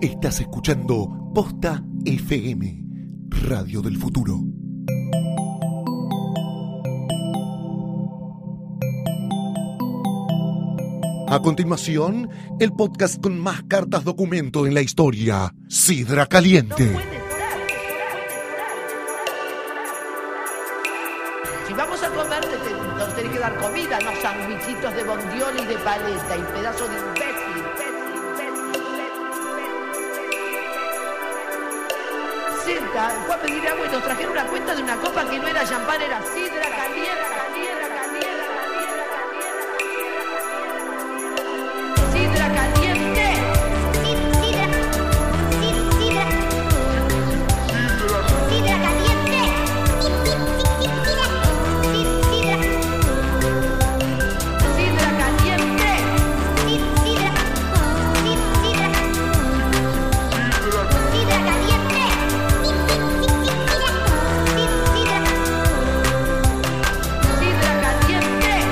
Estás escuchando Posta FM, Radio del Futuro. A continuación, el podcast con más cartas documento en la historia, Sidra Caliente. Si vamos a comer, te- te- nos tenés que dar comida, no sandwichitos de bondiola y de paleta y pedazo de imbécil. Senta, fue a pedir agua y nos trajeron una cuenta de una copa que no era champán, era sidra caliente, caliente, caliente, caliente, caliente. Sidra caliente. Sidra caliente. Sidra caliente.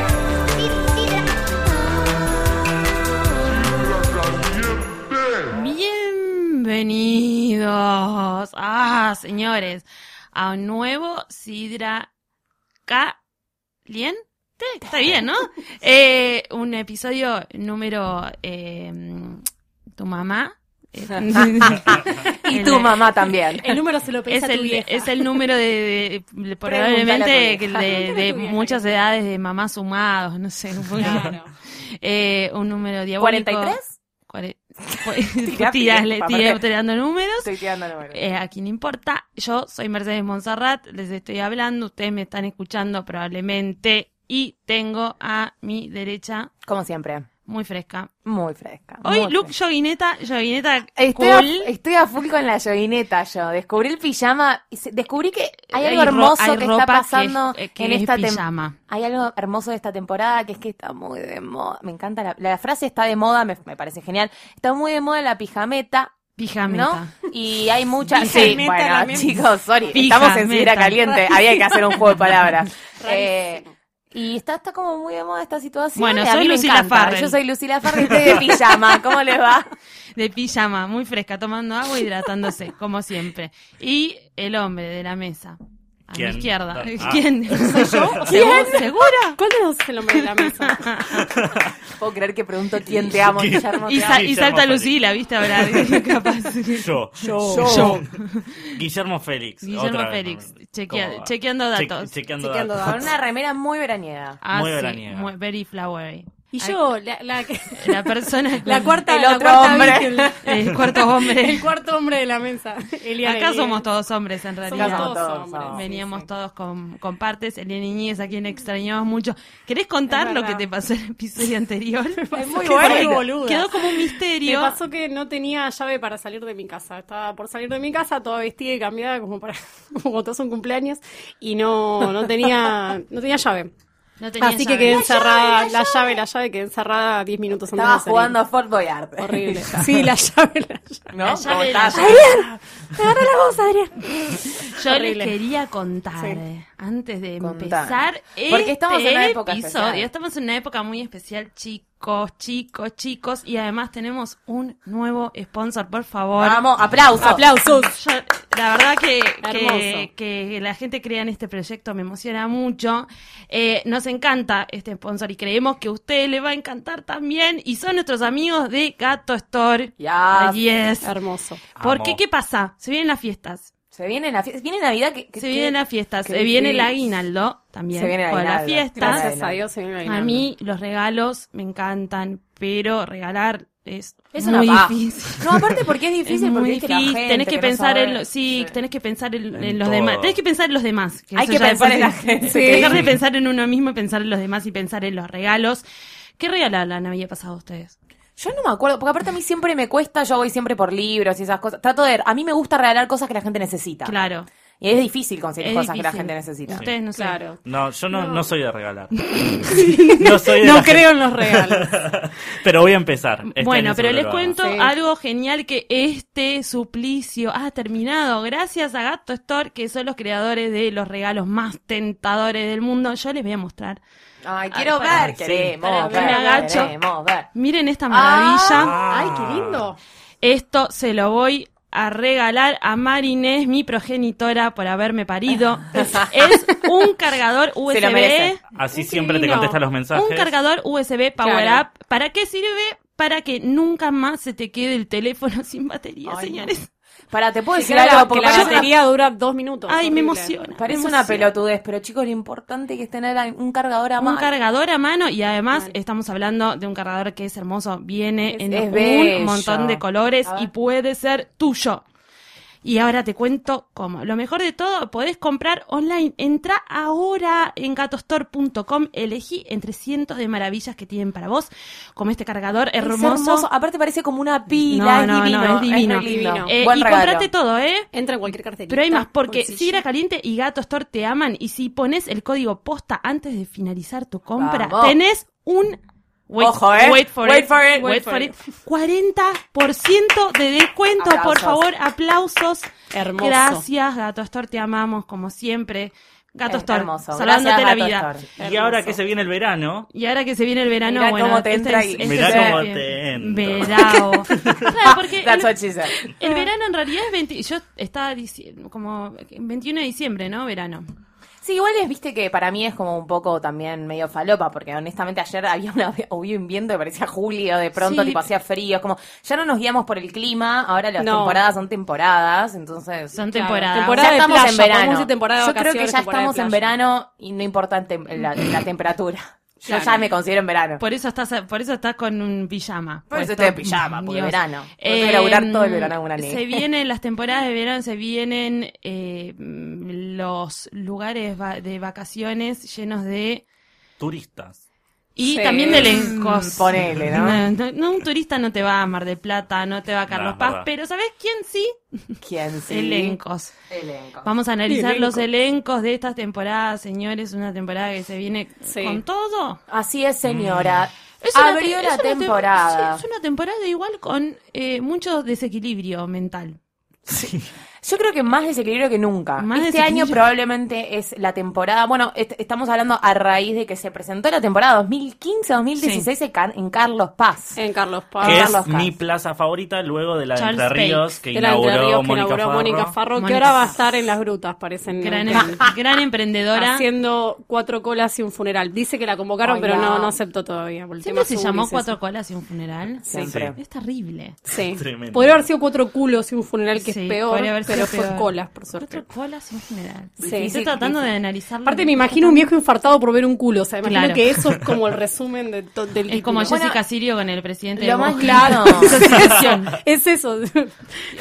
Bienvenidos, ah, señores, a un nuevo Sidra Caliente. Está bien, ¿no? Eh, un episodio número eh, tu mamá. Eh, Y tu mamá también. El número se lo pedís Es a tu el, vieja. es el número de, de- de- probablemente que de, de muchas edades de mamás sumados, no sé. un poco. Claro. Eh, un número diabólico. ¿43? Cuare- Tirá Tirás, bien, le- papá. tiré- tirando números. Estoy tirando números. Eh, a quien importa, yo soy Mercedes Monserrat, les estoy hablando, ustedes me están escuchando probablemente y tengo a mi derecha Como siempre, muy fresca. muy fresca. Hoy muy look fresca. yoguineta, yoguineta Estoy, cool. Eh, a, estoy a full con la yoguineta yo. Descubrí el pijama. y se- Descubrí que hay algo ro- hermoso hay que ropa está pasando es- eh, que en es esta temporada. pijama. Hay algo hermoso de esta temporada que es que está muy de moda. Me encanta la, la frase está de moda, me, me parece genial. Está muy de moda la pijameta, Pijameta. ¿no? Y hay muchas. Sí, Pijameta bueno, también. chicos, sorry. Pijameta. Estamos en Sidra Caliente. Había que hacer un juego de palabras. Eh, y está, está como muy de moda esta situación. Bueno, y a soy mí me Lucila encanta. Farrell. Yo soy Lucila Farrell, estoy de pijama. ¿Cómo les va? De pijama, muy fresca, tomando agua y hidratándose, como siempre. Y el hombre de la mesa, a ¿Quién? mi izquierda. Ah. ¿Quién? ¿Soy yo? ¿Segura? ¿Cuál de los dos es el hombre de la mesa? Puedo creer que pregunto quién te amo, Guillermo. Y, te sa- amo. y salta Guillermo Lucila, ¿viste? Ahora, capaz. Yo. Yo. Guillermo Félix. Guillermo otra vez, Félix, ¿no? chequea- ¿Cómo va? chequeando Che- datos. chequeando Chequeando datos. Con una remera muy veraniega. Ah, Muy sí, veraniega. muy- very flowery. Y yo, la, la, La persona. la con- cuarta, El la otro cuarta hombre. víctima. El cuarto hombre. El cuarto hombre de la mesa. Eliana Acá Eliana. somos todos hombres, en realidad. Somos Acá todos todos hombres. somos. Veníamos Sí, sí. todos con, con partes. Eliane Iñiguez, a quien extrañamos mucho. ¿Querés contar Es lo que verdad. te pasó en el episodio anterior? Es muy muy bueno. boluda. Quedó como un Me misterio. pasó que no tenía llave para salir de mi casa. Estaba por salir de mi casa, toda vestida y cambiada como para como todos son cumpleaños y no no tenía no tenía llave. No tenía Así que llave. quedé encerrada, la llave, la llave, quedé encerrada 10 minutos antes Estaba de salir. jugando a Fort Boyard. Horrible. Sí, la llave, la llave. ¿No? La Como llave de la estaba- llave. Agarra la voz, Adrián. Yo Horrible. les quería contar, Sí. antes de Contá. empezar Porque estamos en este una época episodio. especial. Estamos en una época muy especial, chicos, chicos, chicos. Y además tenemos un nuevo sponsor, por favor. Vamos, aplausos. Aplausos. Yo, la verdad que, que, Hermoso. que la gente crea en este proyecto me emociona mucho. Eh, nos encanta este sponsor y creemos que a ustedes les va a encantar también. Y son nuestros amigos de Gato Store. Ya. Yes. Hermoso. Porque, Amo. ¿qué pasa? Se vienen las fiestas. Se viene, la fie- viene Navidad. Que, que- Se que- vienen las fiestas, qué se viene el difícil. aguinaldo también Se viene el con las aguinaldo. fiestas. Gracias. Gracias a Dios se me vino A mí los regalos me encantan, pero regalar es, Es una muy paja. difícil. No, aparte porque es Es difícil. porque muy viste la difícil, gente tenés que no pensar en sabe. los, sí, tenés que pensar en, En en los todo. demás, tenés que pensar en los demás. Hay eso que ya de pensar por en sí- la gente. Sí, Dejar de pensar en uno mismo y pensar en los demás y pensar en los regalos. ¿Qué regalaron la Navidad pasada ustedes? Yo no me acuerdo, porque aparte a mí siempre me cuesta, yo voy siempre por libros y esas cosas. Trato de, a mí me gusta regalar cosas que la gente necesita. Claro. Y es difícil conseguir es cosas que la difícil. gente necesita. Ustedes no sé. Claro. No, yo no, no soy de regalar. no soy de No la creo en los regalos. Pero voy a empezar. Este Bueno, año pero seguro les lo hago. cuento Sí. algo genial que este suplicio ha terminado. Gracias a Gato Store, que son los creadores de los regalos más tentadores del mundo. Yo les voy a mostrar. Ay, quiero Ay, para- ver, queremos para ver, un agacho. queremos ver. Miren esta maravilla. Ah. Ay, qué lindo. Esto se lo voy a regalar a Marinés, mi progenitora, por haberme parido. es un cargador Se lo merece. USB. Así Qué siempre te divino. contesta los mensajes. Un cargador USB Power Claro. Up. ¿Para qué sirve? Para que nunca más se te quede el teléfono sin batería, Ay, no. señores. Para, te puedo Que decir la- algo, que porque la parece, una, batería dura dos minutos. Ay, me horrible. emociona. parece me una emociona. pelotudez, pero chicos, lo importante que es tener a- un cargador a Un mano. cargador a mano y además Mal. estamos hablando de un cargador que es hermoso, viene Es- en es un bello. montón de colores A ver. y puede ser tuyo. Y ahora te cuento cómo. Lo mejor de todo, podés comprar online. Entra ahora en gatostore.com, elegí entre cientos de maravillas que tienen para vos, como este cargador Es Ah, hermoso. Aparte parece como una pila, No, no, no, es divino. es divino. re lindo. Divino. Eh, Buen y regalo. comprate todo, ¿eh? Entra en cualquier cartería. Pero hay más, porque Sidra Caliente y Gato Store te aman y si pones el código posta antes de finalizar tu compra, Vamos. tenés un... Wait, Ojo, ¿eh? wait for Wait it, for it, wait for it. 40% de descuento, por Aplausos. favor, aplausos. Hermoso. Gracias, Gato Store, te amamos como siempre. Gato Es Store, Eh, hermoso. salvándote Gracias, la vida. Gato Store. Y ahora que se viene el verano, Y ahora que se viene el verano, Mirá bueno, cómo te este entra es- ahí. este mirá es Sí. cómo el- te entra. Verao. Claro, porque That's el- what she said. el verano en realidad es 20, yo estaba diciendo como 21 de diciembre, ¿no? Verano. Sí, igual es, viste que para mí es como un poco también medio falopa, porque honestamente ayer había una, había un viento que parecía julio, de pronto Sí. tipo hacía frío, es como, ya no nos guiamos por el clima, ahora las No. temporadas son temporadas, entonces... Son Claro, temporadas. temporada ya de estamos playa, en verano. podemos ir temporada de Yo creo que vacaciones, ya temporada de estamos en playa. verano y no importa en tem- la, la temperatura. Yo Claro. ya me considero en verano. Por eso estás por eso estás con un pijama. Por eso puesto. estoy en pijama, porque Dios. Eh, verano. Tengo que laburar todo el verano en una Em, nena. Se vienen las temporadas de verano, se vienen eh, los lugares va- de vacaciones llenos de Turistas. y Sí. también de elencos. Mm, ponele, ¿no? No, no, un turista no te va a Mar de Plata, no te va a Carlos No, Paz, verdad. pero ¿sabes quién sí? ¿Quién sí? Elencos. Elenco. Vamos a analizar Elenco. los elencos de estas temporadas, señores. Una temporada que se viene Sí. con todo. Así es, señora. Es una Abrió te- la es una tem- temporada. sí, es una temporada igual con eh, mucho desequilibrio mental. Yo creo que más desequilibrio que nunca. Más este desequilibrio. año probablemente es la temporada. Bueno, est- estamos hablando a raíz de que se presentó la temporada 2015-2016 en Car- en Carlos Paz. Eh, En Carlos Paz. Que Carlos es Caz. mi plaza favorita luego de la de Charles Entre Bates. Ríos que De la Entre Ríos, inauguró que Mónica inauguró Farro. Mónica Farro, que Mónica ahora va a Farro. estar en las grutas, parece. en Gran, em- Neuquén. gran emprendedora. Haciendo cuatro colas y un funeral. Dice que la convocaron, Ay, pero no. no, no aceptó todavía. por el Siempre tema se seguro llamó es eso. Cuatro Colas y un funeral. Siempre. Es terrible. Sí. Tremendo. Podría haber sido cuatro culos y un funeral, que Sí, es peor, podría haber sido pero fue peor. colas, por suerte. Cuatro Colas y un funeral. Sí, Estoy sí, tratando sí. de analizarlo. Aparte, me imagino un viejo infartado por ver un culo. O sea, imagino Claro. que eso es como el resumen de to- del Es como título. Jessica Sirio con el presidente Lo de más Boca. claro. Bueno, es eso. Dios,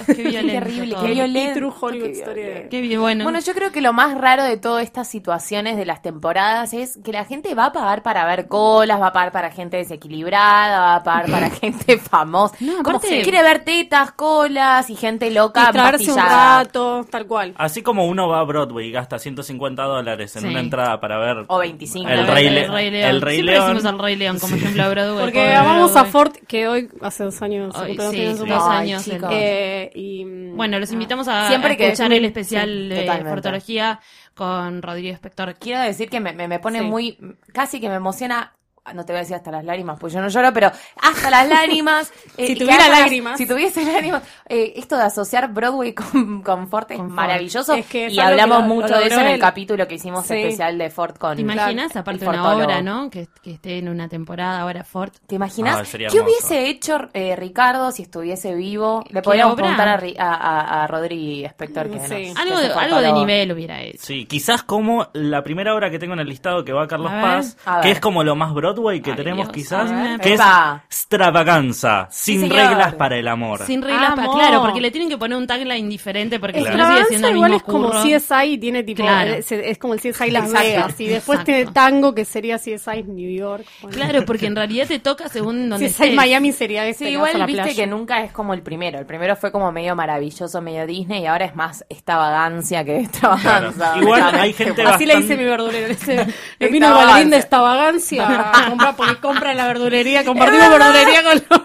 qué violento terrible, todo. qué violento. Um, Y True Hollywood Qué Story. violento. Qué bien, bueno. Bueno, yo creo que lo más raro de todas estas situaciones de las temporadas es que la gente va a pagar para ver colas, va a pagar para gente desequilibrada, va a pagar para gente famosa. No, Como aparte- quiere ver tetas, colas y gente loca Distraerse un empastillada. rato, tal cual. Así como uno va a Broadway y gasta 150 dólares en Sí. una entrada para ver O 25. el Para Rey, ver Le- el Rey Siempre León, decimos al Rey León como ejemplo de Broadway. Porque pobre amamos a Broadway. Ford, que hoy hace dos años. Hoy, dos sí, años dos un poco. Ay, años. el- chicos. Eh, y, mm, Bueno, los invitamos a, Siempre a que- escuchar el especial Sí, de totalmente. Fortología con Rodrigo Espector. Quiero decir que me, me- me pone Sí. muy, casi que me emociona, ah, no te voy a decir hasta las lágrimas, pues yo no lloro, pero hasta las lágrimas. eh, Si que tuviera hagas- lágrimas. Si tuviese lágrimas. eh, esto de asociar Broadway con, con Ford es Con Ford. maravilloso. Es que es y algo que hablamos lo- lo mucho de eso logró en el él. capítulo que hicimos Sí. especial de Ford con... ¿Te imaginas? el Aparte una fortólogo. obra, ¿no? Que, que esté en una temporada ahora Ford. ¿Te imaginas? Ah, sería ¿Qué hermoso. hubiese hecho eh, Ricardo si estuviese vivo? Le ¿Qué podríamos obra? preguntar a, Ri- a, a, a Rodri Spector que Sí. nos- que Algo es de, algo el de fortólogo. nivel hubiera hecho. Sí, quizás como la primera obra que tengo en el listado que va a Carlos A ver. Paz, A ver. que es como lo más Broadway que Ay, tenemos Dios. A quizás, ver. que es Epa. extravaganza, sin señor. reglas para el amor. Sin reglas, pa- Amo. claro, porque le tienen que poner un tagline diferente porque si no sigue Extravaganza siendo el igual mismo es como curro. CSI, tiene tipo, Claro. es, es como el CSI Las Exacto. Vegas, y después Exacto. tiene Tango, que sería CSI New York. bueno. Claro, porque en realidad te toca según donde CSI estés. Miami sería este, Sí, que vas a igual la viste playa. que nunca es como el primero. El primero fue como medio maravilloso, medio Disney, y ahora es más extravagancia que extravaganza. Claro. Igual hay gente Así le dice bastante- mi verdulero. dice, Le vino el bailarín de extravagancia. Compra, porque compra en la verdulería. Compartimos verdulería con los.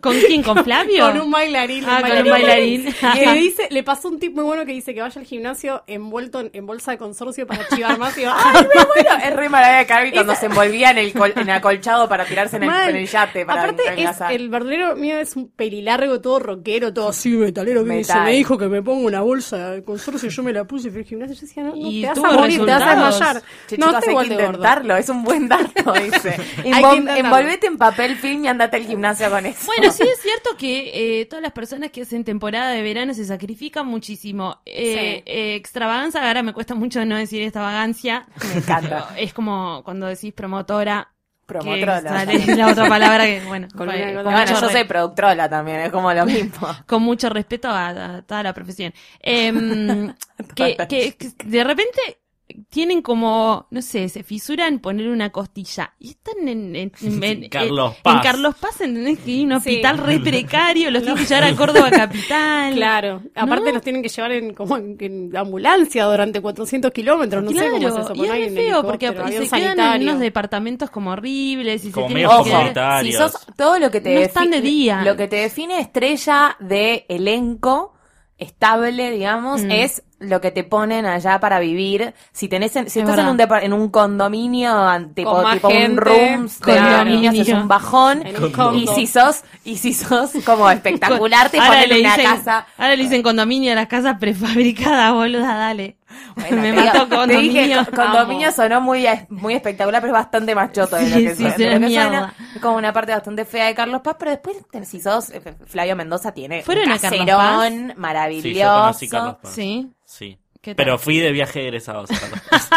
¿Con quién? ¿Con Flavio? Con un bailarín. Ah, con un bailarín. Que dice, le pasó un tip muy bueno que dice que vaya al gimnasio envuelto en, en bolsa de consorcio para chivar más y va. Ay, muy bueno. Es re maravilla de Carmen cuando se envolvía en el, col- en acolchado para tirarse en el, Mal. en el yate. Para Aparte, es- enlazar. el verdulero mío es un pelilargo, todo rockero, todo así, metalero, que dice, Metal. me dijo que me pongo una bolsa de consorcio, yo me la puse y fui al gimnasio. Yo decía, no, no, Y te vas a tuvo morir, te vas a resultados. desmayar. Che, no, chicos, está hay igual que de gordo. intentarlo, es un buen dato, dice. Hay que intentarlo. envolvete en papel film y andate al gimnasio con eso. Bueno, sí es cierto que eh, todas las personas que hacen temporada de verano se sacrifican muchísimo. Eh, Sí. eh, extravaganza, ahora me cuesta mucho no decir extravagancia. Me encanta. Pero Es como cuando decís promotora. que Promotrola. sale la otra palabra que, bueno, Con fue- una- con con una- Bueno, mucho yo re- soy productrola también, es como lo mismo. con mucho respeto a, a toda la profesión. Em, que, que- que de repente tienen como, no sé, se fisuran poner una costilla. Y están en, en, en- en- Carlos en Paz. Carlos Paz, ¿entendés? Que hay un Sí. hospital re precario, los tienen que llevar a Córdoba Capital. Claro, aparte los tienen que llevar en, como en, en ambulancia durante 400 kilómetros, no Claro, sé cómo es eso. y es no hay re un feo porque helicóptero, se avión quedan en sanitario. unos departamentos como horribles y Como se medio tienen Ojo, que quedar- si comunitarios. sos todo lo que te No están de defi- día. Lo que te define estrella de elenco estable, digamos, Mm. es lo que te ponen allá para vivir. Si tenés en- si Es estás en verdad. un, depar- en un condominio, an- tipo, más tipo un gente. rooms, de Condominio. condominios, es un bajón. En un condo. Y si sos, y si sos como espectacular, te ahora ponen le, en una dicen, casa. ahora le dicen condominio a las casas prefabricadas, boluda, dale. Bueno, Me te mató digo- condominio. Te dije, co- condominio Amo. sonó muy, es- muy espectacular, pero es bastante machoto de lo Sí, que, sí, suena, de suena lo que suena. mierda. Es como una parte bastante fea de Carlos Paz, pero después, te- si sos, eh, Flavio Mendoza tiene ¿Fueron un a Carlos caserón Sí, yo maravilloso. conocí Carlos Paz. Sí. Sí. ¿Qué tal? Pero fui de viaje de egresados a Carlos Paz.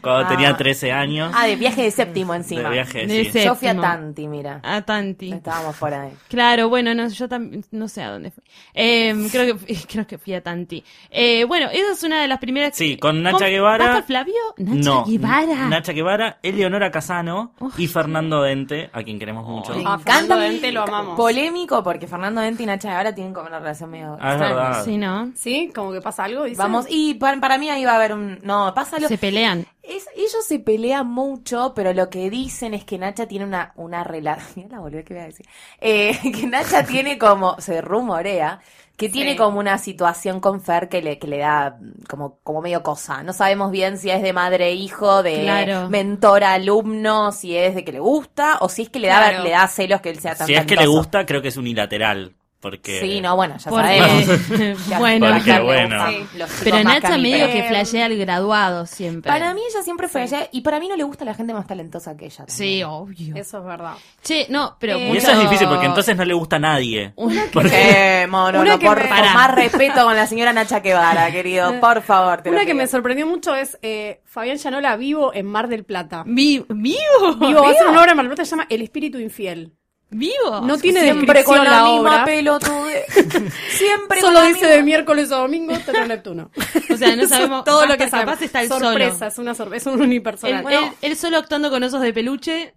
Cuando Ah. tenía 13 años. ah, de viaje de séptimo de encima. viaje, De sí. ese- Yo fui a Séptimo. Ah, Tanti, mira. A Tanti. Estábamos por ahí. Claro, bueno, no, yo también no sé a dónde fui. Eh, creo que creo que fui a Tanti. Eh, bueno, esa es una de las primeras. Sí, con Nacha Guevara. ¿Papa Flavio? Nacha no, Guevara. Nacha Guevara, Eleonora Casano Uy. y Fernando Dente, a quien queremos mucho. Me Ah, encanta. Fernando Dente lo amamos. Polémico porque Fernando Dente y Nacha ahora tienen como una relación medio Ah, es extraña. verdad. Sí, ¿no? Sí, como que pasa algo. dicen. Vamos, y para, para mí ahí va a haber un... No, pásalo. Se pelean. Es- ellos se pelean mucho, pero lo que dicen es que Nacha tiene una, una relación. Mira la boludez que voy a decir. Eh, que Nacha tiene como. Se rumorea. Que tiene como una situación con Fer que le, que le da como, como medio cosa. No sabemos bien si es de madre e hijo, de Claro. mentor a alumno, si es de que le gusta, o si es que le da, Claro. le da celos que él sea tan Si es que le talentoso. gusta, creo que es unilateral. Porque Sí, no, bueno, ya sabemos. Porque, bueno, Porque, Nacha le bueno. gustan Sí. los chicos pero más Nacha medio caniperos. que flashea al graduado siempre. Para mí ella siempre fue allá y para mí no le gusta la gente más talentosa que ella. también. Sí, obvio. Eso es verdad. Che, no, pero Eh, Y eso es difícil porque entonces no le gusta a nadie. Porque- Eh, mono, Una no, que por, me- por Pará. más respeto con la señora Nacha Guevara, querido, por favor. te lo Una que pido. me sorprendió mucho es eh, Fabián Llanola vivo en Mar del Plata. ¿Vivo? Vivo, ¿Vivo? va a hacer una obra en Mar del Plata que se llama El Espíritu Infiel. ¿Vivo? No tiene Siempre descripción con la, la misma obra. pelotude. Siempre con Solo la dice misma. de miércoles a domingo, Teno Neptuno. O sea, no Eso es sabemos. todo lo Basta, que sabemos. capaz está el solo. sorpresa, es una sorpresa, es un unipersonal. Él, él- él solo actuando con osos de peluche.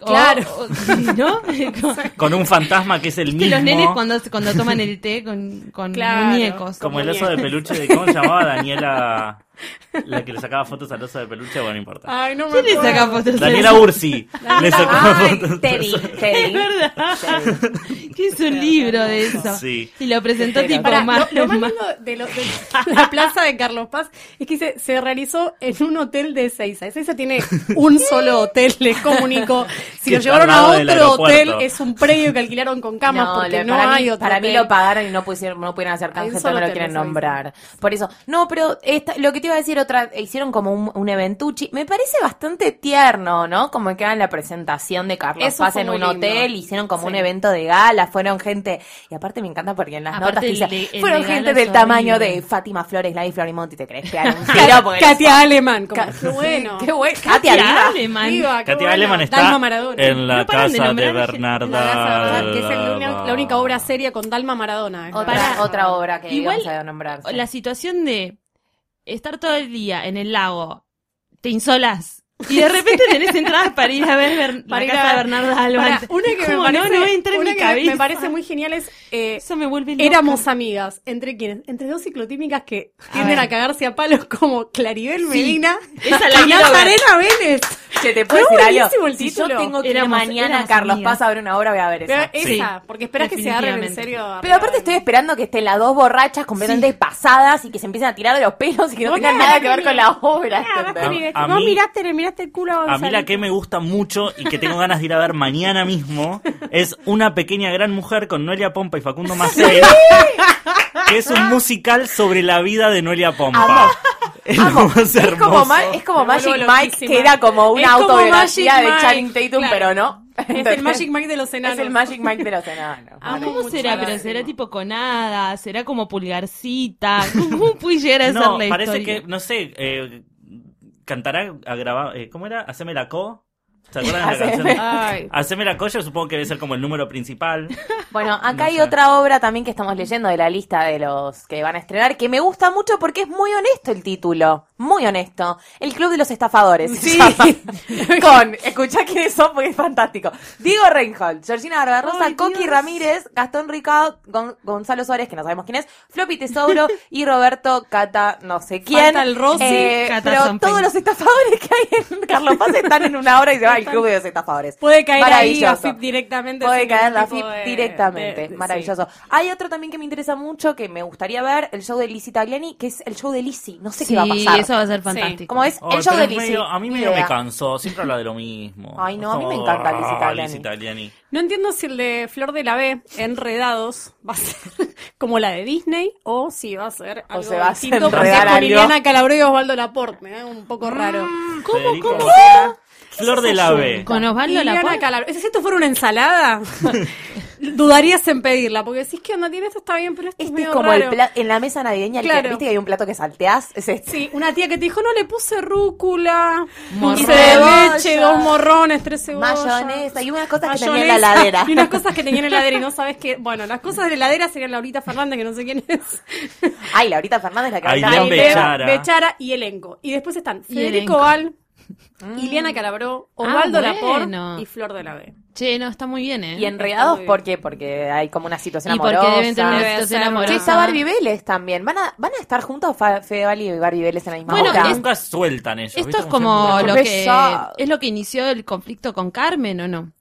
o- Claro. o- ¿No? Como- Con un fantasma que es el Que mismo. los nenes cuando, cuando toman el té con, con Claro. muñecos. Como el oso de peluche de cómo se llamaba Daniela, la que le sacaba fotos al oso de peluche, bueno, no importa. Ay, no me ¿Quién le acuerdo. saca fotos? Daniela Ursi le sacaba Ay, fotos. Teddy, Es Teddy. verdad. Que hizo un libro de eso. Sí. Y lo presentó Pero- tipo Pará, más. lo, lo más más- lindo de, lo- de la plaza de Carlos Paz es que se, se realizó en un hotel de Ezeiza. Ezeiza tiene un solo hotel, les comunico. Si Que lo está llevaron al a lado del otro hotel, aeropuerto. es un predio que alquilaron con camas No, porque le- no para hay mí, otro para mí hotel. lo pagaron y no pusieron, no pudieron hacer Hay canje, un entonces no solo lo quieren hotel, nombrar. Por eso, no, pero esta, lo que te iba a decir otra, hicieron como un, un eventuchi. Me parece bastante tierno, ¿no? Como que hagan la presentación de Carlos Eso Paz fue en muy un lindo. hotel, hicieron como Sí. un evento de gala, fueron gente, y aparte me encanta porque en las Aparte notas el dicen, de- el fueron de gente gala del es tamaño horrible. de Fátima Flores, Lai Florimonti, te crees que era un giro porque eres- Katia Alemán, como, Ca- qué bueno. Qué bueno. Katia Katia, viva. Alemán. Viva, qué Katia bueno. Alemán Dalma está Maradona. en la No paran de casa de, nombrar gente. Bernarda. La Casa Verdad, que es el único- la única obra seria con Dalma Maradona. es Otra, verdad. otra obra que Igual, íbamos a nombrar. sí. La situación de estar todo el día en el lago, te insolás. Y de repente tenés entradas para ir a ver Ber- Para la ir casa a de ver- Bernarda Alba. Pará, una que me ¿Cómo parece, no, no entra en una mi que me- cabeza. me parece muy genial es Eh, Eso me vuelve loca. Éramos amigas. ¿Entre quiénes? Entre dos ciclotímicas que tienden ver. a cagarse a palos como Claribel Medina Esa la y quiero ver. Nazarena Vélez. Che, te puedo No, decir algo. buenísimo el Si yo título. tengo que ir Éramos- mañana a éramos Carlos amigas. Paz a ver una obra, voy a ver Pero esa. esa, porque esperás que se agarren en Definitivamente. serio. a Pero aparte pegar. estoy esperando que estén las dos borrachas completamente pasadas y que se empiecen a tirar de los pelos y que no No, tengan nada, nada que ver ni- con la obra. Ah, ¿entendés? basta, A- Miguel. a Vos mí- miraste, le miraste el culo a A mí la Gonzalo. que me gusta mucho y que tengo ganas de ir a ver mañana mismo es Una pequeña gran mujer con Noelia Pompa y Facundo Macei, que es un musical sobre la vida de Noelia Pompa. Amo. Es Amo. lo más Es como, hermoso. Ma- es como Me Magic vuelvo Mike, loquísima. que era como una Es como autobiografía Magic de Mike, Channing Tatum, claro. pero no. Es el Magic Mike de los enanos. Es el Magic Mike de los enanos. Ah, Vale. ¿Cómo Mucho será? más. Pero será tipo conada, será como pulgarcita. ¿Cómo pudiera ser No, la parece historia? que, no sé, eh, cantará a grabar, eh, ¿cómo era? Haceme la co. ¿Se acuerdan de la Haceme- canción? Ay. Haceme la co, yo supongo que debe ser como el número principal. Bueno, acá No hay sé. otra obra también que estamos leyendo de la lista de los que van a estrenar, que me gusta mucho porque es muy honesto el título. Muy honesto. El Club de los Estafadores. se Sí. llama. Con, escuchá quiénes son porque es fantástico. Diego Reinhold, Georgina Barbarosa, Ay, Coqui Dios. Ramírez, Gastón Ricaud, Gon- Gonzalo Suárez, que no sabemos quién es, Floppy Tesauro y Roberto Cata, no sé quién. Eh, Falta el Rossi, Cata pero Zampini. todos los estafadores que hay en Carlos Paz están en una obra y se llama El Club de los Estafadores. Puede caer ahí la Maravilloso. FIP directamente. Puede sin caer ningún la tipo FIP de- directamente. de- de- Maravilloso. Hay otro también que me interesa mucho, que me gustaría ver, el show de Lizzie Tagliani, que es el show de Lizzie. No sé Sí, qué va a pasar. eso va a ser fantástico. Como es Ay, el show Oh, pero de es Lizzie. medio- a mí Ni medio me idea. cansó, siempre habla de lo mismo. Ay, no, a mí me Como, encanta Lizzie ah, Tagliani. Lizzie Tagliani. Sí. No entiendo si el de Flor de la B, Enredados, va a ser como la de Disney o si va a ser O algo se va a distinto, hacer porque es enredar con algo. Ah, Liliana Calabró y Osvaldo Laporte. Me da un poco raro. Federico Flor de la B. Con Osvaldo Liliana Laporte. Calabró. Si esto fuera una ensalada, dudarías en pedirla, porque decís que onda tiene esto, está bien, pero esto es Este es medio como raro. el pla- en la mesa navideña, el que- Claro. viste que hay un plato que salteás, es este. Sí, una tía que te dijo, no le puse rúcula, dulce de Morrón. leche, dos morrones, tres cebollas. Mayonesa y unas cosas que Mayonesa. tenía en la heladera. Y unas cosas que tenía en la heladera y no sabes que, bueno, las cosas de la heladera serían Laurita Fernández, que no sé quién es. Ay, Laurita Fernández, la que Ay, canta. Dios Ahí mío. Beba, Bechara. Bechara y elenco. Ah. Y después están Y Federico elenco. Val, Ileana Calabró, Osvaldo Ah, bueno. Laporte y Flor de la B. Che, no, está muy bien, ¿eh? Y enredados, Está muy bien. ¿por qué? Porque hay como una situación Y porque amorosa. deben tener una Debe situación ser una- Che, amorosa. está Barbie Vélez también. ¿Van a, van a estar juntos Fa- Fede Val y Barbie Vélez en la misma Bueno, obra? Nunca- Nunca sueltan ellos. Esto ¿viste? es como siempre- lo Re que sad. es lo que inició el conflicto con Carmen, ¿o no?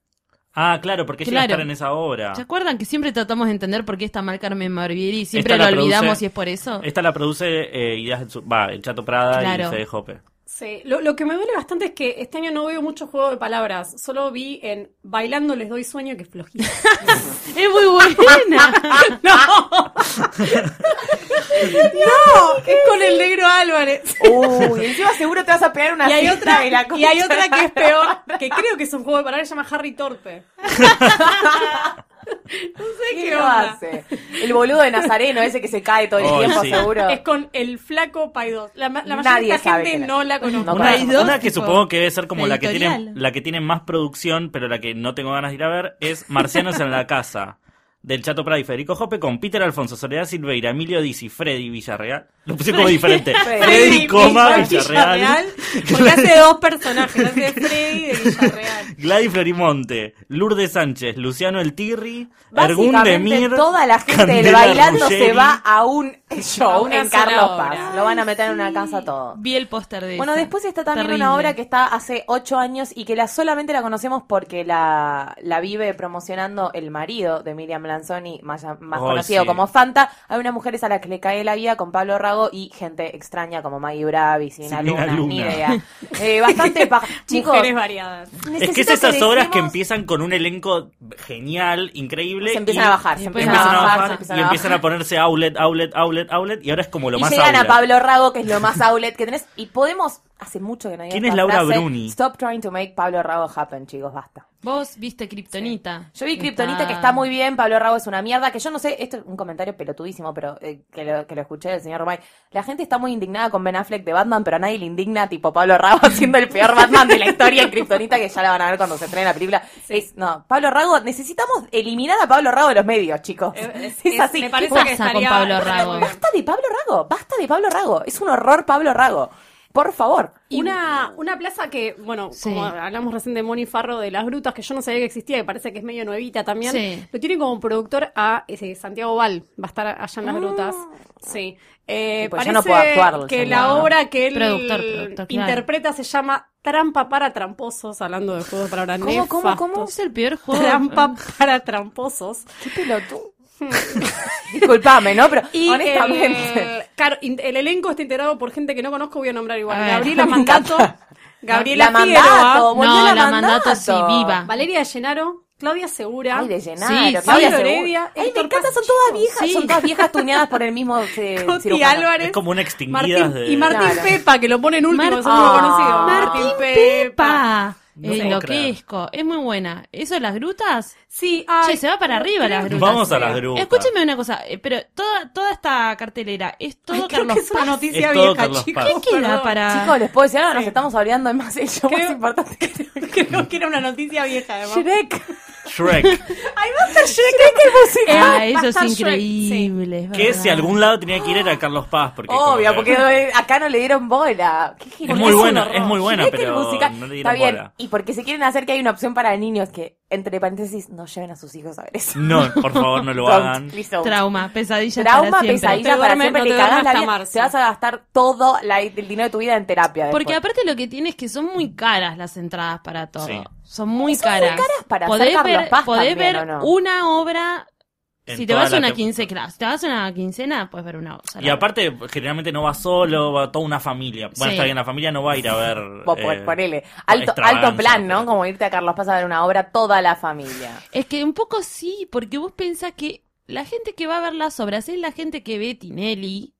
Ah, claro, porque ella Claro. iba a estar en esa obra. ¿Se acuerdan que siempre tratamos de entender por qué está mal Carmen Barbieri y siempre Esta lo la produce- olvidamos y es por eso? Esta la produce eh, Ideas del Sur- va, el Chato Prada Claro. y Fede Jope. Sí, lo, lo que me duele bastante es que este año no veo mucho juego de palabras. Solo vi en Bailando les doy sueño, que es flojito. Es muy buena. Ah. ¡No! Es con el negro Álvarez. Uy, encima seguro te vas a pegar una Y hay, cita otra, de la y hay concha. otra que es peor, que creo que es un juego de palabras, se llama Harry Torpe. no sé qué, ¿Qué lo onda. hace? El boludo de Nazareno, ese que se cae todo el Ay, tiempo, sí. seguro. Es con el flaco Paidós. La, ma- la mayoría Nadie de esta sabe quién gente es. no la conoce. No Una, conozco. dos, una que tipo, supongo que debe ser como la que tiene editorial. la que tiene más producción, pero la que no tengo ganas de ir a ver, es Marcianos en la casa. Del Chato Prada y Federico Jope con Peter Alfonso, Soledad Silveira, Emilio Dizzi, Freddy Villarreal. Lo puse como diferente. Freddy Freddy, coma, Villarreal, Villarreal. Porque hace dos personajes, hace de Freddy y de Villarreal. Gladys Florimonte, Lourdes Sánchez, Luciano El Tirri, Ergun Básicamente, Demir. toda la gente del Candela bailando se Ruggeri. va a un show una en sola Carlos obra. Paz. Lo van a meter en una casa todo. Vi el póster de Bueno, esa. después está también Terrible. una obra que está hace ocho años y que la solamente la conocemos porque la, la vive promocionando el marido de Miriam Lanzoni, más, ya- más Ay, conocido sí. como Fanta. Hay unas mujeres a las que le cae la vida con Pablo Rago y gente extraña como Maggie Bravi, sin Silvina Luna, Luna. ni idea. Eh, bastante paja. Chicos, Mujeres variadas. Es que es necesito esas obras que dejemos- empiezan con un elenco genial, increíble. Se empiezan a bajar, se y empiezan a bajar, se empiezan y a empiezan a ponerse outlet, outlet, outlet, outlet. Y ahora es como lo Y más llegan outlet. a Pablo Rago, que es lo más outlet que tenés. Y podemos, hace mucho que no hay ¿Quién esta es Laura frase, Bruni? Stop trying to make Pablo Rago happen, chicos, basta. Vos viste Kryptonita. Yo vi Kryptonita que está muy bien, Pablo Rago es una mierda, que yo no sé, esto es un comentario pelotudísimo, pero eh, que, lo, que lo escuché del señor Romay. La gente está muy indignada con Ben Affleck de Batman, pero a nadie le indigna, tipo Pablo Rago siendo el peor Batman de la historia en Kryptonita, que ya la van a ver cuando se estrene la película. Es, no, Pablo Rago, necesitamos eliminar a Pablo Rago de los medios, chicos. Es- es- Es, es- así. me parece pasa que con estaría- Pablo Rago? Basta de Pablo Rago, basta de Pablo Rago, es un horror Pablo Rago. por favor. Una, una plaza que, bueno, Sí. como hablamos recién de Moni Farro de las Grutas, que yo no sabía que existía, que parece que es medio nuevita también, Sí. lo tiene como productor a ese, Santiago Val, va a estar allá en las Grutas. Sí. Eh, Y pues ya parece no puede actuar, el que señor, la ¿no? obra que él Productor, productor, claro. interpreta se llama Trampa para Tramposos, hablando de juegos de palabras ¿Cómo, cómo, cómo? nefastos. Es el peor juego. Trampa para Tramposos. Qué pelotudo. Disculpame, ¿no? Pero Y eh, honestamente. El, claro, in- el elenco está integrado por gente que no conozco, voy a nombrar igual. A ver. Gabriela Me Mandato, encanta. Gabriela ¿ah? La Figueroa, Mandato, volvió No, la la mandato sí, Mandato. viva. Valeria Llenaro, Claudia Segura. Ay, de llenar. Sí, sí. Pablo Claudia Segura. Heredia, Ay, me Héctor encanta, son Castillo. todas viejas, Sí. son todas viejas tuneadas por el mismo eh, Coti cirujano. Álvarez. Es como una extinguida Martín, de... Y Martín Claro. Pepa, que lo ponen último, Martín- que son muy Ah. conocidos. Martín Pepa. No Eh, puedo loquesco. Es muy buena. ¿Eso de las grutas? Sí, ay, Che, se va para arriba las grutas. Vamos a las grutas. Escúcheme una cosa, eh, pero toda, toda esta cartelera, ¿es todo creo Carlos que es una Paz? noticia Es todo vieja, Carlos chicos. Paz. ¿Qué queda perdón. para...? Chicos, les puedo decir, ahora nos estamos olvidando de más el show más Creo- importante que Creo que era una noticia vieja, además. Shrek. Shrek. Ay, va a estar Shrek. Shrek el musical. Ah, eso Bastard es Shrek, increíble. es que verdad. si a algún lado tenía que ir era Carlos Paz. Porque como Obvio, que- porque eh, acá no le dieron bola. Qué genial. muy un buena, horror. es muy buena, Shrek el pero musical. no le Está dieron bien. bola. Y porque se quieren hacer que hay una opción para niños que, entre paréntesis, no lleven a sus hijos a ver eso. No, por favor, no lo Don't, hagan. please don't. Trauma, pesadilla Trauma, para siempre. pesadilla No te para duermes- siempre. no le te cagás duermes la hasta vida. marzo. Te vas a gastar todo la- el dinero de tu vida en terapia. Porque después. aparte lo que tiene es que son muy caras las entradas para todo. Sí. Son muy Son muy caras. caras para hacer podés Carlos ver, Paz podés también, ver ¿o no? una obra. En si te toda vas a la una tem- quincena, si te vas a una quincena, puedes ver una obra. Y aparte, generalmente no va solo, va toda una familia. Bueno, Sí. está bien, la familia no va a ir a ver. Vos, eh, por- ponele. Alto, extravaganza, alto plan, ¿no? pero- Como irte a Carlos Paz a ver una obra toda la familia. Es que un poco sí, porque vos pensás que la gente que va a ver las obras es la gente que ve Tinelli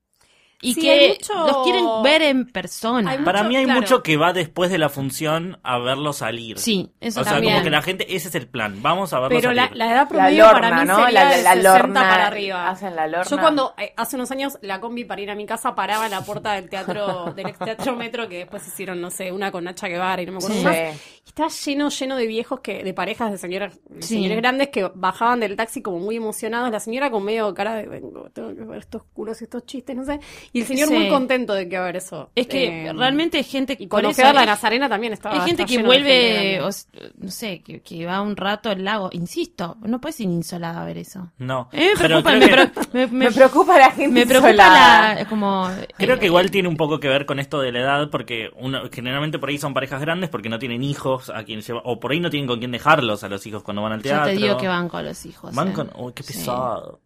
y Sí, hay que mucho- los quieren ver en persona. Hay mucho- Para mí hay claro. mucho que va después de la función a verlo salir. Sí, eso O sea, también. como que la gente, ese es el plan. Vamos a verlo Pero la, salir. la edad La promedio lorna, para mí ¿no? sería la, de la 60 lorna. eh, para arriba. Hacen la lorna. Yo cuando, eh, hace unos años, la combi para ir a mi casa paraba en la puerta del teatro, del ex teatro metro, que después hicieron, no sé, una con Nacha Guevara y no me acuerdo Sí. más. Sí. Y estaba lleno, lleno de viejos que, de parejas de señoras, de Sí. señores grandes que bajaban del taxi como muy emocionados, la señora con medio cara de vengo, tengo que ver estos culos y estos chistes, no sé, y el señor Sí. muy contento de que va a ver eso. Es que Eh, realmente es gente y por con eso Ojear la hay- Nazarena también estaba. Hay gente estaba que lleno de gente vuelve, grande. o s- no sé, que, que va un rato al lago. Insisto, no puedes ir insolada a ver eso. No. A mí me Pero preocupa, creo me, que- pro- me- me- Me preocupa la gente. me preocupa insolada. la, como... Creo eh, que igual tiene un poco que ver con esto de la edad, porque uno, generalmente por ahí son parejas grandes porque no tienen hijos a quien lleva, o por ahí no tienen con quién dejarlos a los hijos cuando van al Yo teatro. te digo que van con los hijos. Van eh. con. ¡Uy, qué Sí. pesado!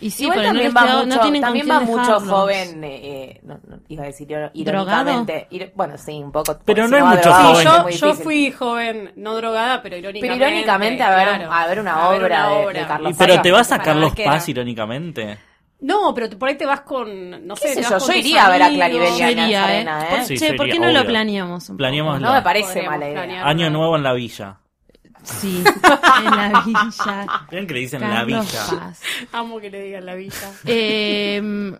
Y sí, Igual pero también no, va les quedó- mucho, no tienen con también quién va mucho dejarlos. joven, eh, eh, no, no, iba a decir ir- ¿Drogado? irónicamente, ir- bueno, sí, un poco. Pero porque no si hay va mucho drogado joven. Sí, es yo, muy yo difícil. fui joven, no drogada, pero irónicamente. Pero irónicamente a ver- claro. a ver una obra de- de Carlos Y- pero Paz. te vas a Para Carlos vaquera. Paz, irónicamente. No, pero te- por ahí te vas con. No ¿Qué sé, sé te yo? vas con Yo tus iría a ver a amigos. Clariveria. Yo iría, ¿eh? Nazarena, ¿eh? Por- Sí, che, yo ¿por qué iría, no lo obvio. planeamos un poco? Planeémoslo. No me parece Podríamos mala idea. planear. Año nuevo en la villa. Sí, en la villa. Miren que le dicen la Carlos villa. Paz. Ah. Amo que le digan la villa. Eh,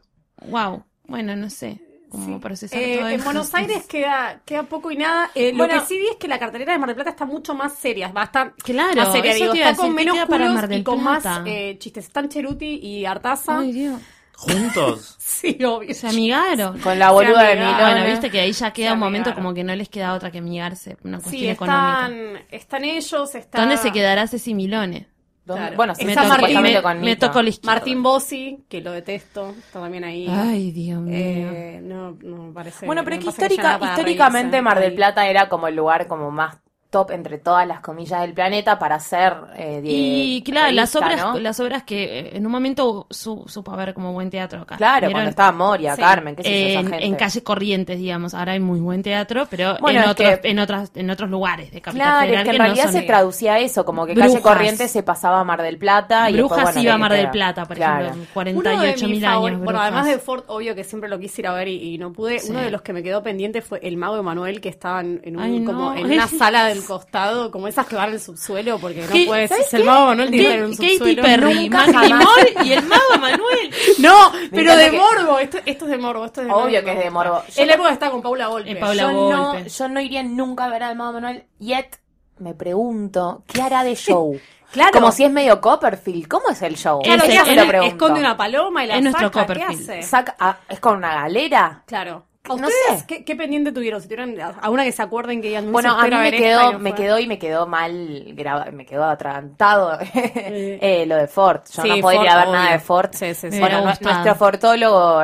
wow, bueno, no sé cómo procesar Eh, todo en esto. Buenos Aires queda, queda poco y nada. Eh, Bueno. lo que sí vi es que la cartelera de Mar del Plata está mucho más seria. Bastante Claro, más seria, eso digo, te iba a está con decir, ¿qué menos queda para culos Mar del y con Plata? más eh, chistes. Están Cheruti y Artaza. Ay, Dios. ¿Juntos? Sí, obvio. Se amigaron. Con la boluda de amiga. Milona. amigaron, ¿eh? Bueno, viste que ahí ya queda Se un momento amigaron. como que no les queda otra que amigarse, una cuestión Sí, económica. están, están ellos, está... ¿Dónde se quedará Ceci Milone? ¿Dónde? Claro. Bueno, sí, Está tocó- Martín- supuestamente me, con me Nico. tocó la izquierda. Martín Bossi, que lo detesto, está también ahí. Ay, Dios mío. Eh, no, no me parece. Bueno, pero me que pasa que ya histórica, da para históricamente reírse. Mar del Ay. Plata era como el lugar como más top entre todas las comillas del planeta para hacer eh, de- y claro, las revista, obras, ¿no? las obras que eh, en un momento su- supo haber como buen teatro acá. Claro, ¿Vieron? cuando estaba Moria, Sí. Carmen, qué sé yo, Eh, esa en, gente. en calle Corrientes, digamos. Ahora hay muy buen teatro, pero Bueno, en, es otros, que- en, otras, en otros lugares de Capital Claro, es Federal que en no realidad son- se traducía a eso, como que Calle Brujas. Corrientes se pasaba a Mar del Plata. y Brujas después, bueno, iba a lo que Mar del queda. Plata, por Claro. ejemplo. Uno de 48 mis mil favor- años. Bueno, además de brujas. Ford, obvio que siempre lo quise ir a ver y, y no pude. Sí. Uno de los que me quedó pendiente fue el mago Emanuel, que estaba en, en un- Ay, no. como en una sala del costado, como esas que van al subsuelo, porque no ¿Qué- puedes. ¿sabes es el mago Emanuel tiene que estar en un Katy subsuelo. Perry, Nunca Mandy jamás. Moore y el mago Manuel. No, pero encanta de que- morbo. Esto, esto es de morbo. Esto es de Obvio morbo, que es de me gusta. morbo. Yo En no- la época está con Paula Volpe. Eh, Paula Yo no, Volpe. yo no iría nunca a ver al Mago Manuel, yet me pregunto, ¿qué hará de show? Claro. Como si es medio Copperfield, ¿cómo es el show? Claro, Es ¿qué el- hace? Eso me lo pregunto. esconde una paloma y la Es nuestro saca, ¿qué Copperfield. hace? Saca- ah, ¿Es con una galera? Claro. ¿A No ustedes sé. ¿qué, qué pendiente tuvieron? Si tuvieron a a una que se acuerden que digan, "Me Bueno, a mí desespera me ver esta", y quedó, no me fue. quedó y me quedó mal, graba- me quedó atragantado eh, lo de Ford. Yo Sí, no podría Ford, ver nada de obvio. Ford. Sí, sí, sí. Bueno, Me nu- gusta. nuestro fortólogo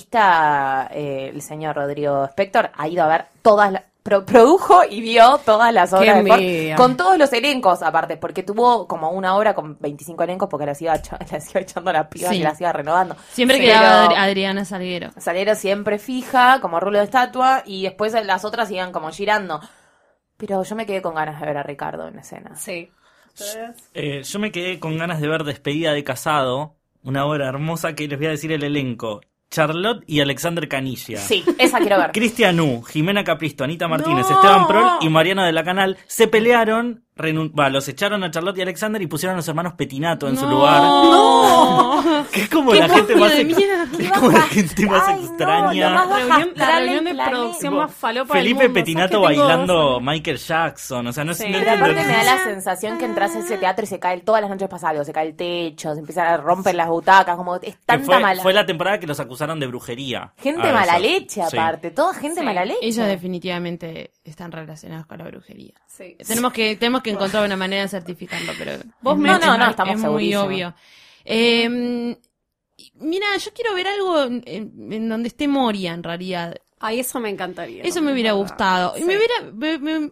especialista, eh, el señor Rodrigo Spector, ha ido a ver todas las... pro- produjo y vio todas las obras de Ford, envidia. con todos los elencos aparte, porque tuvo como una obra con 25 elencos porque las iba, echa- las iba echando a la piba Sí. y las iba renovando. Siempre Pero- quedaba Adri- Adriana Salguero. Salero siempre fija, como rulo de estatua, y después las otras iban como girando. Pero yo me quedé con ganas de ver a Ricardo en escena. Sí. Ustedes- Eh, yo me quedé con ganas de ver Despedida de Casado, una obra hermosa que les voy a decir el elenco. Charlotte y Alexander Canilla. Sí, esa quiero ver. Cristian U, Jimena Capristo, Anita Martínez, No. Esteban Prol y Mariano de la Canal se pelearon, renun- bah, los echaron a Charlotte y Alexander y pusieron a los hermanos Petinato en su lugar. Que es como ¡Qué la gente cambio más de ex- mierda! es como la gente más extraña. Reunión- la reunión de producción más falopa del Felipe mundo. Petinato ¿Sabes que tengo bailando dos? Michael Jackson, o sea, no es Sí. no Pero entiendo- aparte me da la sensación que entras a ese teatro y se cae todas las noches pasa algo, se cae el techo, se empiezan a romper las butacas, como es que tanta fue, mala. fue la temporada que los acusaron de brujería. Gente A mala veces. leche Sí. aparte, toda gente mala leche. Ellos definitivamente están relacionados con la brujería. Sí. Tenemos que, tenemos que encontrar una manera de certificarlo, pero No, Meche, no, no, Mar- estamos es muy segurísimos. obvio. Eh, y- mira, yo quiero ver algo en, en- en donde esté Moria, en realidad. Ay, eso me encantaría. Eso ¿no? me hubiera La verdad. gustado. Y Sí. me hubiera, me- me-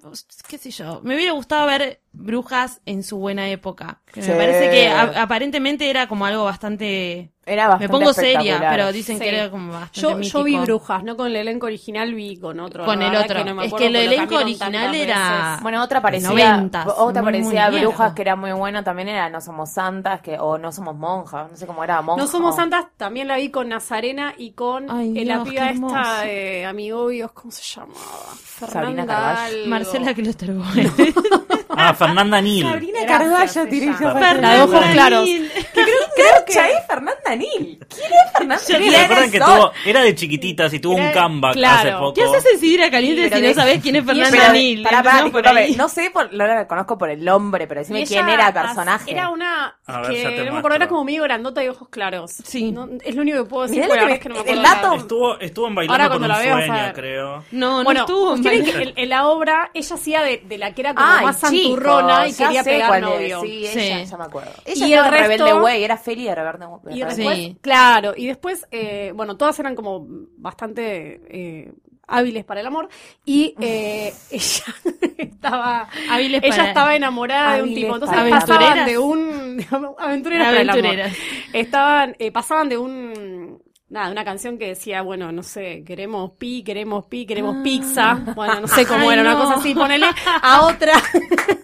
qué sé yo, me hubiera gustado ver brujas en su buena época. Que Sí. Me parece que a- aparentemente era como algo bastante... Era bastante Me pongo seria, espectacular. pero dicen que Sí. era como bastante Yo, yo mítico. vi Brujas, no con el elenco original, vi con otro. Con la el verdad otro. Que no me Es acuerdo que el porque lo elenco cambiaron original tantas era- veces. Bueno, otra parecida, Noventas, otra muy, muy parecida bien, brujas ¿no? que era muy buena también era No somos santas que o No somos monjas, no sé cómo era monja. No somos santas, también la vi con Nazarena y con Ay, eh, la Dios, piba qué hermoso. esta de Amigobios, ¿cómo se llamaba? Sabrina Fernanda. Carballo. algo. Marcela Klosterboer. Ah, Fernanda Nil. Sabrina Gracias, Carballo ella. tiré yo Perdón. para- La de ojos claros. Creo que es Fernanda Nil. ¿Quién es Fernanda ¿Se Nil? acuerdan que Eres tuvo, era de chiquititas y tuvo Era- un comeback claro. hace poco? ¿Qué haces en Sidra Caliente Sí, pero si no de- sabes quién es Pero, Fernanda Nil? pará, pará, Empezamos por discúlpame, ahí. no sé, por, no la conozco por el nombre, pero decime Y quién ella era el as- personaje. Era una. A ver, ya que te no me muestro. acuerdo, era como medio grandota y ojos claros. Sí. No, es lo único que puedo decir. Mirá lo porque que me- la verdad es que no me el acuerdo dato nada. Estuvo, estuvo en bailando Ahora por cuando un la veo, vas a sueño, ver. creo. No, no bueno, estuvo. en tienen Baila- que en, en la obra ella hacía de, de la que era como Ay, más chicos, santurrona y ya quería sé pegar cuál es, novio. Sí, Sí. ella, ya me acuerdo. Y Ella era el resto- Rebelde Way, era Feli de Rebelde Way. Y Rebelde después, Sí. claro, y después, eh, bueno, todas eran como bastante eh, hábiles para el amor y eh, ella estaba Hábiles ella para- estaba enamorada de un hábiles tipo, entonces para- pasaban Aventureras. de un aventureras para el amor. Aventureras. Estaban eh, pasaban de un nada, de una canción que decía, bueno, no sé, queremos pi, queremos pi, queremos pizza, bueno, no sé cómo Ah. Ay, era una no. cosa así, ponele a otra.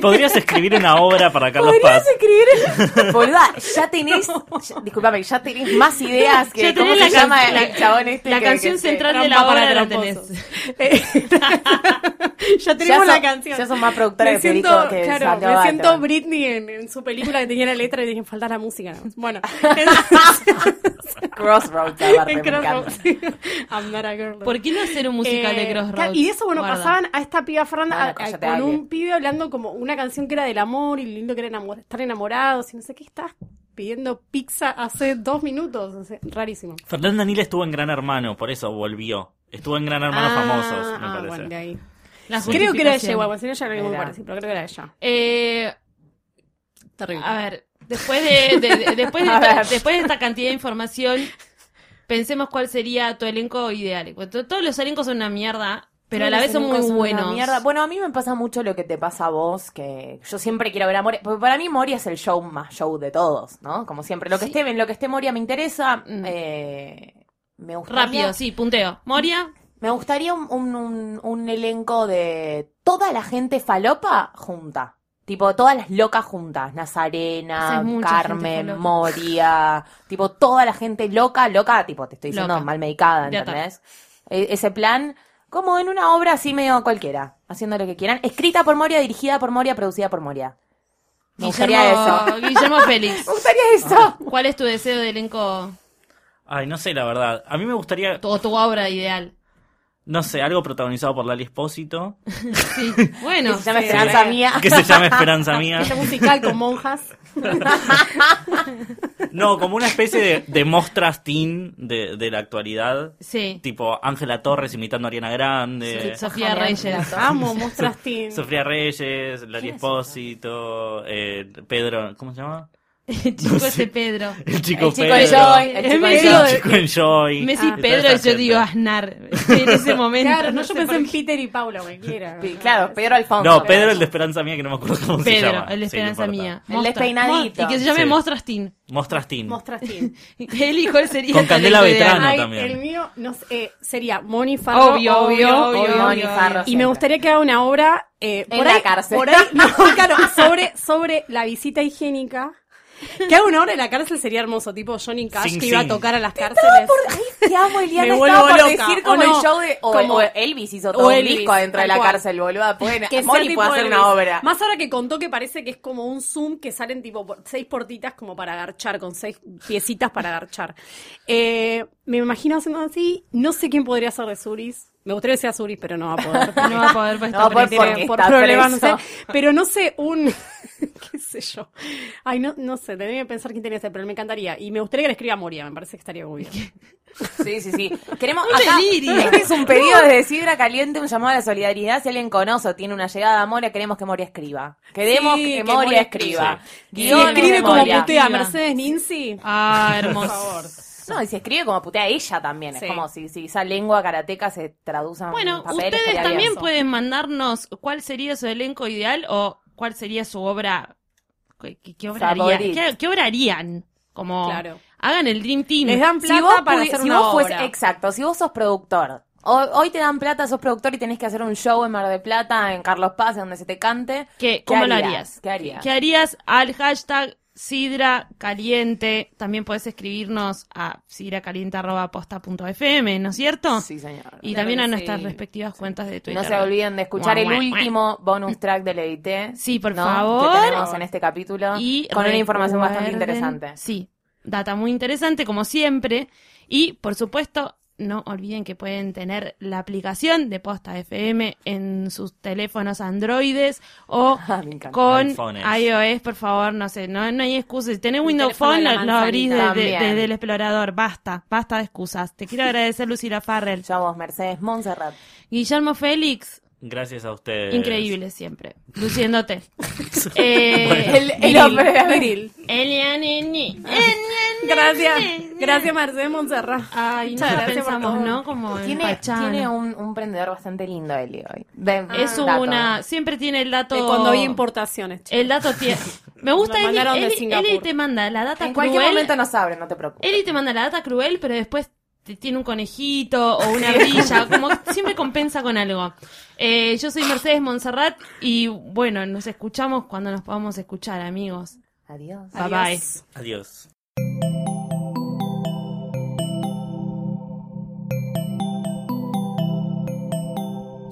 Podrías escribir una obra para Carlos Paz. escribir? Boluda, ya tenés, ya- disculpame, ya tenés más ideas que Ya cómo tenés se la can- llama la- el chabón este. la que- canción que se- central de la trampa para obra la tenés. tramposos. Eh, ya tenemos Ya la son- canción. ya son más productores Me de Federico siento- que claro, Santiago Me Batman. siento Britney en, en su película que tenía la letra y dije, falta la música. nada más". Bueno, entonces- Crossroads, aparte, en me encanta. Crossroads. I'm not a girl. ¿Por qué no hacer un musical Eh, de Crossroads? Y de eso, bueno, Guarda. pasaban a esta piba Fran Bueno, a- a- cállate, con Ale. un pibe hablando como una canción que era del amor y lo lindo que era enamor- estar enamorados y no sé qué estás pidiendo pizza hace dos minutos. o sea, rarísimo. Fernanda Nil estuvo en Gran Hermano, por eso volvió. Estuvo en Gran Hermano Famosos, me ah, parece. bueno, de ahí. La Creo que era ella justificación. igual, bueno, si no ya no me Era. parece, pero creo que era ella. Ah, Eh, Terrible. a ver, después de, de- de- después, de A esta, ver. después de esta cantidad de información, pensemos cuál sería tu elenco ideal. To- Todos los elencos son una mierda, pero a la Todos vez son los elencos muy una buenos. mierda. Bueno, a mí me pasa mucho lo que te pasa a vos, que yo siempre quiero ver a Moria. Porque para mí Moria es el show más show de todos, ¿no? Como siempre. Lo que esté, en lo que esté Moria me interesa. Mm. eh, me gustaría. Rápido, sí, punteo. Moria, Me gustaría un, un- un- un elenco de toda la gente falopa junta. Tipo, todas las locas juntas. Esa Nazarena, es mucha gente Carmen, falopa. Moria. Tipo, toda la gente loca, loca. Tipo, te estoy diciendo Loca. mal medicada, De ataque. ¿entendés? E- ese plan, como en una obra así medio cualquiera. Haciendo lo que quieran. Escrita por Moria, dirigida por Moria, producida por Moria. Me gustaría eso. Guillermo, Guillermo Félix. Me gustaría eso. ¿Cuál es tu deseo de elenco Ay, no sé la verdad. A mí me gustaría o tu obra ideal? No sé, algo protagonizado por Lali Espósito, Sí. Bueno, se llama sí. Esperanza Mía. que se llama Esperanza Mía. Este musical con monjas. No, como una especie de, de mostras teen de, de la actualidad. Sí. Tipo Ángela Torres imitando a Ariana Grande, Sofía Reyes. Amo, mostras teen. Sofía Reyes, Lali Espósito, eh, Pedro, ¿cómo se llama? El chico ese Pedro. El chico, El chico Pedro. Joy, Es el chico medio Joy. El chico Enjoy. Me decís Ah. Pedro Toda y esa yo digo gente. Aznar. En ese momento. Claro, no, sé yo pensé por en qué. Peter y Paula, cualquiera. Sí, Claro, Pedro Alfonso. No, Pedro el de Esperanza Mía, que no me acuerdo cómo se Pedro, llama. el de Sí, Esperanza no importa. Mía. El Mostra- despeinadito. Y que se llame Sí. Mostrastin. Mostras teen. Mostras teen. Él hijo él sería Con el Candela talento ideal. Vetrano. Ay, también. el mío no sé, eh, sería Moni Farro. Obvio, obvio, obvio. obvio, Moni Farro. Y me gustaría que haga una obra eh, En por la ahí- cárcel. por ahí- no, claro, sobre, sobre la visita higiénica. Que haga una obra en la cárcel sería hermoso, tipo Johnny Cash Sing que iba a Sing. tocar a las cárceles. Te amo, Eliana. Me Estaba vuelvo por loca, decir ¿o como no? el show de... O, Como- o Elvis hizo todo o un Elvis, disco dentro de la tal cual. cárcel, boluda. Pueden, Que sea Moni tipo puede hacer Elvis. una obra. Más ahora que contó que parece que es como un zoom que salen tipo por- seis portitas como para agarchar, con seis piecitas para agarchar. Eh, me imagino haciendo así. No sé quién podría ser de Suris. Me gustaría que sea Suris, pero no va a poder. No va a poder pues, No va a está preso. poder Tiene- porque por está problemas, no sé. preso. Pero no sé, un. ¿Qué sé yo? Ay, no, no sé, tendría que pensar quién tenía que ser, pero me encantaría. Y me gustaría que le escriba Moria, me parece que estaría muy bien. Sí, sí, sí. Queremos Un acá- delirio. Este es un pedido desde Sidra Caliente, un llamado a la solidaridad. Si alguien conoce o tiene una llegada a Moria, queremos que Moria escriba. Queremos Sí, que, Moria, escriba. Y Guiones de escribe como Moria. putea Mercedes Ninzi. Ah, Por hermoso. favor. No, y si escribe como putea ella también. Sí. Es como si, si esa lengua karateca se traduce en Bueno, papel. ustedes estaría bien. también eso. pueden mandarnos cuál sería su elenco ideal o cuál sería su obra. ¿Qué, qué- qué obra haría- Favorita. ¿Qué, qué obra harían? Como Claro. hagan el Dream Team. Les dan Si vos, plata para pudi- hacer si una vos fues- obra. exacto, si vos sos productor, hoy, hoy te dan plata, sos productor y tenés que hacer un show en Mar de Plata, en Carlos Paz, en donde se te cante. ¿Qué- ¿Cómo lo harías? harías? ¿Qué harías? ¿Qué harías al hashtag Sidra Caliente? También podés escribirnos a sidracaliente.posta.fm, ¿no es cierto? Sí, señor. Y también a que nuestras sí. respectivas cuentas de No Twitter. se olviden de escuchar Mua, el mua, mua. último bonus track del EIT. Sí, por ¿no? favor. Que tenemos en este capítulo. Y con una información bastante recuerden- interesante. Sí, data muy interesante, como siempre. Y, por supuesto, no olviden que pueden tener la aplicación de Posta FM en sus teléfonos androides o Ah, me encanta. con iPhones. iOS, por favor, no sé, no, no hay excusas. Si tenés Windows teléfono de Phone, la lo, lo abrís manzanita. de- de- También. desde el explorador. Basta, basta de excusas. Te quiero agradecer, Lucila Farrell. Yo a vos, Mercedes Montserrat. Guillermo Félix, Gracias a ustedes. increíble siempre, luciéndote. eh, El, el hombre de abril. Eliane Ni. Gracias. Gracias, Mercedes Montserrat. Ay, no Muchas la gracias por pensamos, todo. ¿no? Como en Tiene, Pachán. tiene un, un prendedor bastante lindo, Eli, hoy. De- Es dato. una... Siempre tiene el dato... De cuando había importaciones. chicos. El dato tiene... Me gusta Nos Eli, mandaron de Eli- Singapur. Eli te manda la data En cualquier cruel. Eh, momento nos abren, no te preocupes. Eli te manda la data cruel, pero después te tiene un conejito o una brilla. Como siempre compensa con algo. Eh, yo soy Mercedes Monserrat y bueno, nos escuchamos cuando nos podamos escuchar, amigos. Adiós. Bye bye. Adiós. Adiós.